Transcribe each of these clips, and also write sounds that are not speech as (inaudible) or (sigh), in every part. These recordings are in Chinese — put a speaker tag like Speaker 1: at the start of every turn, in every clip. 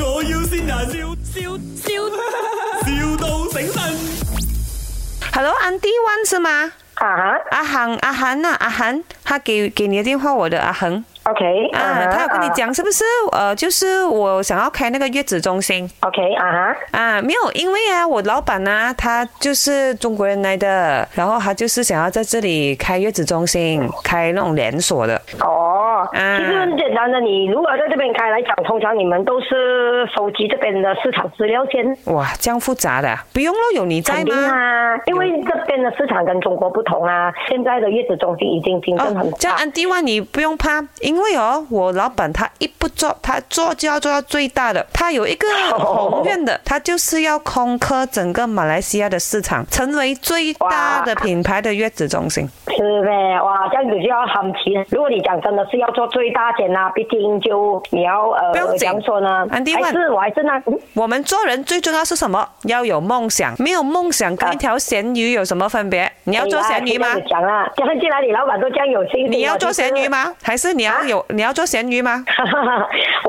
Speaker 1: 我要先人，笑笑笑，,笑到醒神。
Speaker 2: Hello, Andy One 是吗？
Speaker 3: 啊
Speaker 2: 阿恒，阿恒呐、阿恒，他给给你的电话，我的阿恒
Speaker 3: ，OK，
Speaker 2: 啊，他有跟你
Speaker 3: 讲
Speaker 2: 讲是不是？呃，就是我想要开那个月子中心
Speaker 3: ，OK，啊哈，
Speaker 2: 啊，没有，因为啊，我老板呢、他就是中国人来的，然后他就是想要在这里开月子中心，开那种连锁的。
Speaker 3: 哦，
Speaker 2: 嗯
Speaker 3: 其实很简单的，你如果在这边开来讲，通常你们都是收集这边的市场资料先。
Speaker 2: 哇，这样复杂的啊、不用咯，有你在
Speaker 3: 肯定
Speaker 2: 吗？
Speaker 3: 啊，因为这边的市场跟中国不同啊，现在的月子中心已经竞争很
Speaker 2: 哦，叫
Speaker 3: 大。
Speaker 2: 安迪万，你不用怕，因为哦，我老板他一不做，他做就要做到最大的。他有一个
Speaker 3: 哦
Speaker 2: 宏愿的，他就是要空壳整个马来西亚的市场，成为最大的
Speaker 3: 哇
Speaker 2: 品牌的月子中心。
Speaker 3: 是呗，哇，这样子就要很齐。如果你讲真的是要做最大件啊，毕竟就你要呃
Speaker 2: 不要，紧
Speaker 3: 怎样说呢？
Speaker 2: 安迪
Speaker 3: 还是我还是那嗯
Speaker 2: 我们做人最重要是什么？要有梦想，没有梦想跟
Speaker 3: 啊
Speaker 2: 一条咸鱼有什么分别？你要做咸鱼吗
Speaker 3: 哎呀？这样子讲啦，这样既然你老板都这样有信心，
Speaker 2: 你要
Speaker 3: 我就啊
Speaker 2: 做
Speaker 3: 是
Speaker 2: 咸鱼？吗？还是你要有你要做咸鱼
Speaker 3: (laughs)
Speaker 2: 吗？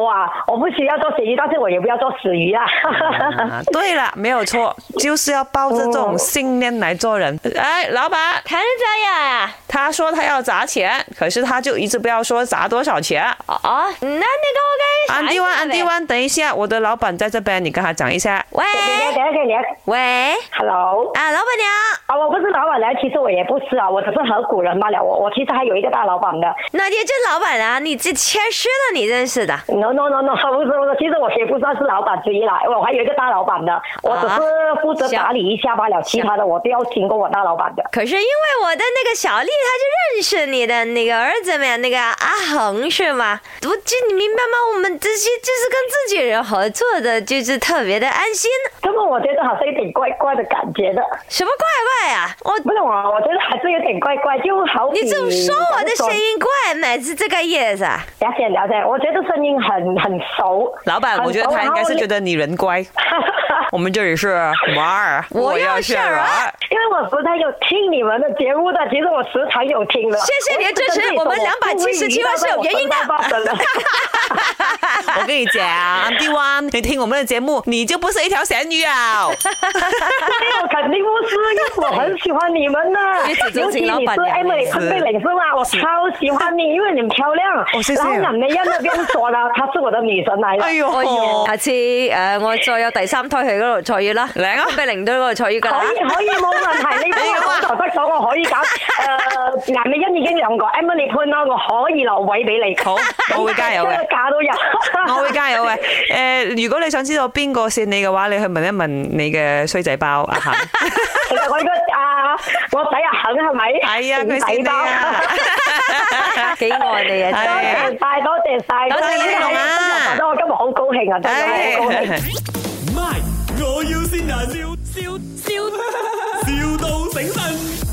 Speaker 3: 哇，我不需要做死鱼，但是我也不要做死鱼啊。
Speaker 4: 嗯
Speaker 2: 啊，对了，没有错，就是要抱着这种信念来做人。哎，老板，
Speaker 4: 谭家呀，
Speaker 2: 他说他要砸钱，可是他就一直不要说砸多少钱。
Speaker 4: 哦，那你跟我跟
Speaker 2: 安迪
Speaker 4: 湾，
Speaker 2: 湾，安迪
Speaker 4: 湾，
Speaker 2: 湾，等一下，我的老板在这边，你跟他讲一下。
Speaker 3: (laughs)
Speaker 4: 喂
Speaker 3: 等一下等一下等一下
Speaker 4: 喂，
Speaker 3: ，Hello，
Speaker 4: 啊，老板娘，
Speaker 3: 啊，我不是老板来，其实我也不是啊，我只是合股人罢了。我我其实还有一个大老板的。
Speaker 4: 那你这老板啊，你这谦虚了，你真是的。
Speaker 3: No no no no，不是不是，其实我也不算是老板之一啦，我还有一个大老板的，我只是负责打理一下罢
Speaker 4: 啊
Speaker 3: 了，其他的我都要经过我大老板的。
Speaker 4: 可是因为我的那个小丽，她就认识你的那个儿子们，那个阿恒是吗？我这你明白吗？我们这些就是跟自己人合作的，就是特别的安心。
Speaker 3: 这个我觉得好像有点怪怪的感觉的，
Speaker 4: 什么怪怪啊？我
Speaker 3: 不是我，我觉得还是有点怪怪，就好比
Speaker 4: 你总说我的声
Speaker 3: 怎么说
Speaker 4: 音怪嘛，是这个意思啊？
Speaker 3: 聊天聊天，我觉得声音很很熟。
Speaker 2: 老板，我觉得他应该是觉
Speaker 3: 得，
Speaker 2: 得你人乖。我们这里是玩儿，
Speaker 4: 我要啊
Speaker 2: 是
Speaker 4: 是玩
Speaker 2: 玩
Speaker 4: 儿。
Speaker 3: (laughs) 因为我时常有听你们的节目的，其实我时常有听的。
Speaker 4: 谢谢你的支持
Speaker 3: 我
Speaker 4: 我们277万是有原因的
Speaker 3: 的。
Speaker 2: 我跟你讲，安迪湾，你听我们的节目，你就不是一条咸鱼啊！
Speaker 3: 没有，肯定不是，因为我很喜欢你们呢、
Speaker 4: 谢谢
Speaker 3: 尤其你是艾美潘贝蕾是吗？我超喜欢你，因为你很漂亮。
Speaker 2: 哦谢谢
Speaker 3: 然后俺们要那边说了，她是我的女神来的。
Speaker 2: 哎呦，
Speaker 4: 我要下次誒、呃我再有第三胎去嗰度坐月啦，
Speaker 2: 嚟啊
Speaker 4: 俾零到嗰度坐月㗎
Speaker 3: 可
Speaker 4: 啦。
Speaker 3: 以可以冇問題，你幫我手得咗，我可以搞。Ờ, 誒，顏美欣已經有個 Emily 潘啦，我可以留位俾你。
Speaker 4: (laughs)
Speaker 2: 好，我會加油嘅。
Speaker 3: 價都有。
Speaker 2: 我會加油嘅。誒、如果你想知道邊個線你嘅話，你去問一問你嘅衰仔包
Speaker 4: (laughs)
Speaker 2: 阿恒。
Speaker 3: 其實我應該啊，我仔啊肯係咪？
Speaker 2: 係啊，佢線你啊。
Speaker 4: 幾愛你啊！
Speaker 3: 多
Speaker 4: 真係
Speaker 2: 係
Speaker 3: 謝晒，多謝晒，
Speaker 2: 多謝你龍啊
Speaker 3: 覺得我今日好高興啊，真
Speaker 2: 哎
Speaker 3: 係好高興。
Speaker 1: 咪，我要先人，笑笑笑，,笑到醒神。